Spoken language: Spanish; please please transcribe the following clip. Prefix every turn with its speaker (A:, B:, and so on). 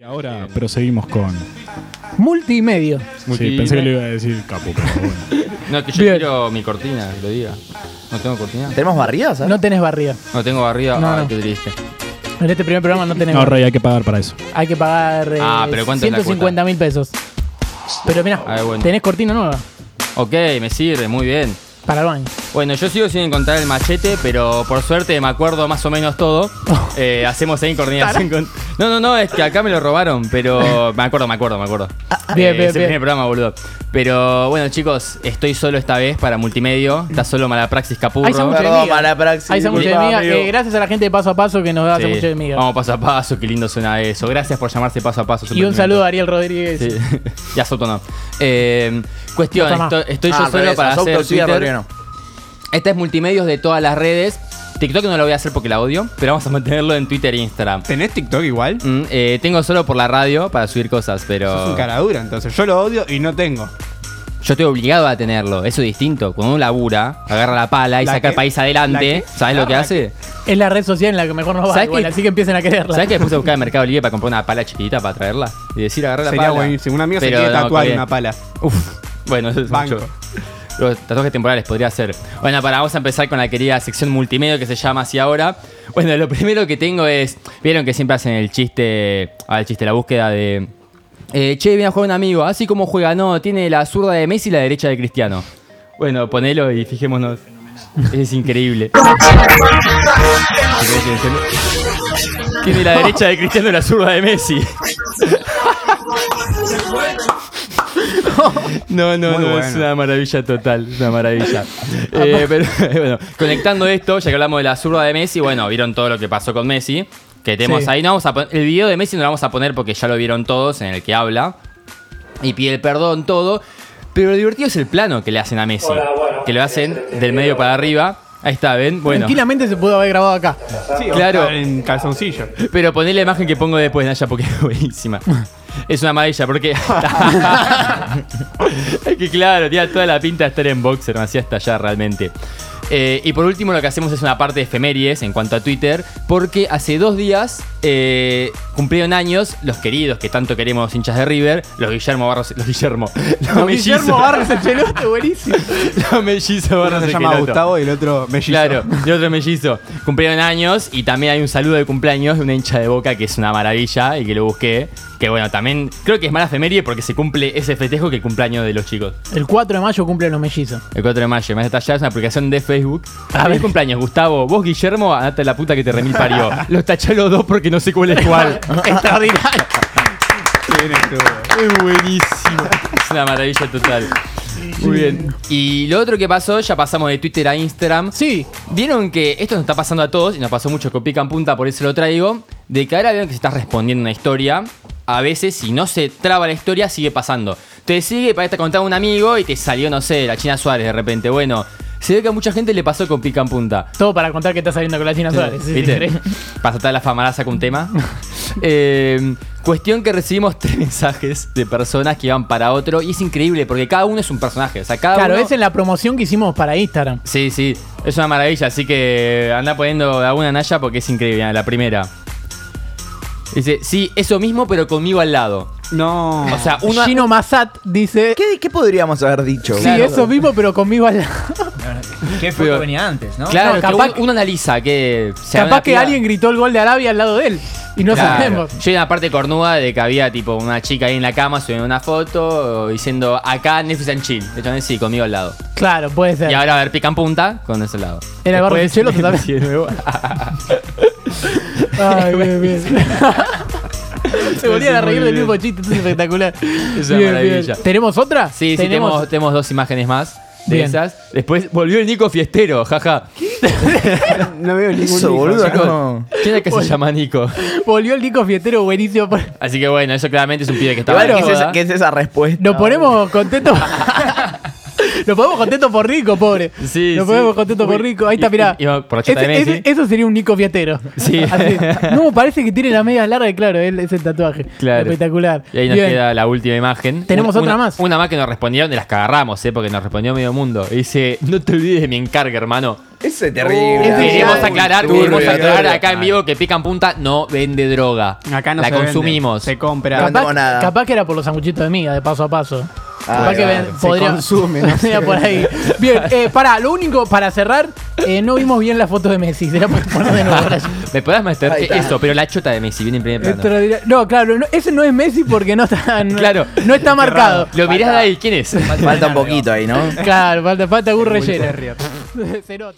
A: Y ahora proseguimos con.
B: Multimedio.
A: Sí, pensé que le iba a decir capo, pero bueno.
C: No, que yo
B: Bien.
C: quiero mi cortina, que lo diga. No tengo cortina.
D: ¿Tenemos barridas? eh? ¿sabes?
B: No tenés barriga.
C: No tengo barriga.
B: No,
C: Ay,
B: no.
C: qué triste.
B: En este primer programa no tenés
A: No,
B: barriga.
A: Rey, hay que pagar para eso.
B: Hay que pagar eh,
C: Ah, pero ¿cuánto es la
B: 150 mil pesos. Pero mirá,
C: Ah, bueno.
B: tenés cortina nueva
C: Ok, me sirve, muy bien.
B: para el baño.
C: Bueno, yo sigo sin encontrar el machete, pero por suerte me acuerdo más o menos todo. Eh, hacemos ahí coordinación con. No, no, no, es que acá me lo robaron, pero. Me acuerdo, me acuerdo, me acuerdo.
B: Ah, bien,
C: Eh,
B: bien,
C: es el
B: bien.
C: primer programa, boludo. Pero bueno, chicos, estoy solo esta vez para multimedio. Está solo Malapraxis Capurro.
B: Hay sándwiches de
D: Perdón,
B: miga.
D: mala praxis,
B: Hay sándwiches de
D: disculpa,
B: miga.
D: amigo.
B: eh, gracias a la gente de Paso a Paso que nos da
C: Sí.
B: sándwiches de miga.
C: Vamos paso a paso, qué lindo suena eso. Gracias por llamarse paso a paso.
B: y un
C: suplemento.
B: saludo a Ariel Rodríguez.
C: Sí. ya Soto no. Eh, cuestión,
B: Soto no.
C: estoy, estoy
D: Ah,
C: yo
D: al revés,
C: solo para
D: Azauto
C: hacer
D: sí, a
C: Twitter.
D: Rodrigo no.
C: Esta es multimedios de todas las redes. TikTok no lo voy a hacer porque la odio, pero vamos a mantenerlo en Twitter e Instagram.
E: ¿Tenés TikTok igual?
C: Mm, eh, tengo solo por la radio para subir cosas,
E: Sos un
C: pero
E: caradura, entonces. Yo lo odio y no tengo.
C: yo estoy obligado a tenerlo. Eso es distinto. Cuando uno labura, agarra la pala y
E: La
C: saca el
E: que-
C: país adelante,
E: la que-
C: ¿sabes lo que
E: la
C: hace?
B: Es la red social en la que mejor nos va.
C: ¿Sabes
B: Igual,
C: qué?
B: así que empiecen a quererla.
C: ¿Sabes que después de buscar en Mercado Libre para comprar una pala chiquitita para traerla? Y decir, agarra la
E: Sería
C: pala.
E: buenísimo. Un amigo se
C: Pero
E: quiere
C: no,
E: tatuar
C: está
E: una
C: bien.
E: pala.
C: Uf, bueno, eso es
E: Banco.
C: mucho. Los tatuajes temporales podría ser. Bueno, para vamos a empezar con la querida sección multimedia que se llama así ahora. Bueno, lo primero que tengo es. Vieron que siempre hacen el chiste. Ah, el chiste, la búsqueda de. eh, che, viene a jugar un amigo. Así como juega, no. Tiene la zurda de Messi y la derecha de Cristiano. Bueno, ponelo y fijémonos. Es increíble. Tiene la derecha de Cristiano y la zurda de Messi. No, no,
E: Muy
C: no,
E: bueno.
C: es una maravilla total, es una maravilla. Eh, pero bueno, conectando esto, ya que hablamos de la zurda de Messi, bueno, vieron todo lo que pasó con Messi, que tenemos
B: Sí.
C: ahí, no vamos a pon- el video de Messi no lo vamos a poner porque ya lo vieron todos en el que habla y pide perdón todo, pero lo divertido es el plano que le hacen a Messi, que lo hacen del medio para arriba. Ahí está, ven, bueno.
B: Tranquilamente se pudo haber grabado acá.
E: Sí, o
C: Claro.
E: estar En calzoncillo.
C: Pero poné la imagen que pongo después, Naya, porque es buenísima. Es una amarilla, porque. es que claro, tiene toda la pinta de estar en boxer, me hacía estallar realmente. Eh, y por último, lo que hacemos es una parte de efemérides en cuanto a Twitter, porque hace dos días eh, cumplieron años los queridos que tanto queremos hinchas de River, los Guillermo Barros. Los Guillermo. Los, mellizos-
B: Guillermo Barros el pelote, buenísimo.
C: Los mellizos Barros
E: Uno se
C: el
E: llama
C: Queloto.
E: Gustavo y el otro Mellizo.
C: Claro, de otro mellizo. Cumplieron años y también hay un saludo de cumpleaños de una hincha de boca que es una maravilla y que lo busqué. Que bueno, también creo que es mala efeméride porque se cumple ese festejo que el cumpleaños de los chicos.
B: El 4 de mayo cumplen los mellizos.
C: El 4 de mayo, más detallado, es una aplicación de Facebook.
B: A
C: A ver,
B: ver.
C: cumpleaños, Gustavo. Vos, Guillermo, andate a la puta que te remil parió. Los taché a los dos porque no sé cuál es cuál.
B: Extraordinario.
E: Bien, estuvo.
C: Es buenísimo. Es una maravilla total. Muy bien. Y lo otro que pasó, ya pasamos de Twitter a Instagram.
B: Sí,
C: Vieron que esto nos está pasando a todos y nos pasó mucho con pica en punta, por eso lo traigo. De que ahora vieron que se está respondiendo una historia. A veces, si no se traba la historia, sigue pasando. Te sigue para estar contando un amigo y te salió, no sé, la China Suárez de repente. Bueno, se ve que a mucha gente le pasó con pica en punta.
B: todo para contar que está saliendo con la China Suárez. Sí, sí,
C: ¿Viste?
B: sí.
C: Para tratar la fama, ahora saca un tema. Eh, cuestión que recibimos tres mensajes de personas que iban para otro y es increíble porque cada uno es un personaje. O sea, cada
B: Claro,
C: uno-
B: es en la promoción que hicimos para Instagram.
C: Sí, sí, es una maravilla, así que anda poniendo alguna Naya porque es increíble, la primera. Dice, sí, eso mismo, pero conmigo al lado.
E: No.
C: O sea, uno.
B: Gino Massat dice.
D: ¿Qué, qué podríamos haber dicho?
B: Sí,
C: Claro.
B: eso mismo, pero conmigo al lado.
F: ¿Qué fue lo que venía antes, no?
C: claro,
B: no,
C: que
B: capaz
C: uno, uno analiza que. se había
B: Capaz
C: una
B: que
C: piba-
B: alguien gritó el gol de Arabia al lado de él. Y no
C: Claro.
B: sabemos.
C: Yo vi una parte cornuda de que había tipo una chica ahí en la cama subiendo una foto diciendo acá Netflix and chill. De hecho, sí, conmigo al lado.
B: Claro, puede ser.
C: Y ahora a ver, pican punta con ese lado.
B: Era el barrio
C: Después-
B: Chelo, ¿tú sabes?
C: Sí, de nuevo.
B: Ay, bien, bien. Se volvían a
C: muy
B: reír del
C: bien.
B: mismo chiste, esto es espectacular.
C: Es una maravilla.
B: ¿Tenemos otra?
C: Sí, sí, tenemos, tenemos dos imágenes más de
B: Bien.
C: esas. Después volvió el Nico Fiestero, jaja.
E: no veo ningún
D: Eso,
E: hijo,
D: boludo,
E: chicos.
D: no.
C: ¿Quién es que se llama Nico?
B: Volvió el Nico Fietero buenísimo. por-
C: Así que bueno, eso claramente es un pibe que estaba
D: Igual,
C: en
D: ¿qué, es
C: moda.
D: esa, qué es esa respuesta?
B: Nos ponemos contentos. Nos ponemos contentos por rico, pobre.
C: Sí,
B: Nos
C: sí.
B: ponemos contentos por
C: Uy,
B: rico. Ahí está,
C: y-
B: mirá.
C: y- iba por la chota
B: Ese-
C: de Messi.
B: ese- eso sería un Nico Fiatero.
C: Sí.
B: Así. No, parece que tiene la media larga y claro, él es el tatuaje.
C: Claro.
B: Espectacular.
C: Y ahí nos
B: Bien.
C: queda la última imagen.
B: Tenemos
C: Un-
B: otra
C: una-
B: más.
C: Una más que nos respondieron y las que agarramos, ¿eh? porque nos respondió medio mundo. Y dice, no te olvides de mi encargo, hermano.
D: Ese es terrible.
B: Ese
C: Este, Queremos
B: ya-
C: aclarar,
D: Turbio,
C: queremos aclarar
D: turbio.
C: acá en vivo que Pican Punta no vende droga.
E: Acá no
C: La
E: se vende,
C: consumimos.
E: Se compra.
D: Capaz-
B: Capaz,
D: tengo nada.
B: capaz que era por los sanguchitos de miga, de paso a paso.
D: Ah,
B: capaz que
D: claro.
B: ven-
E: Se
B: podría-
E: consume, no
B: Era
E: sé.
B: por ahí. Bien, eh, pará, lo único para cerrar, eh, no vimos bien la foto de Messi. Será por poner de nuevo. Brian.
C: Me podrás meter
D: Ahí está.
C: eso, pero la chota de Messi viene en primer
B: Esto
C: plano.
B: lo dirá- No, claro, no- ese no es Messi porque no está, no,
C: Claro.
B: no está marcado.
C: Lo mirás de ahí, ¿quién es?
D: Falta un poquito ahí, ¿no?
B: Claro, falta, falta un relleno.
E: terrier.
B: Se nota.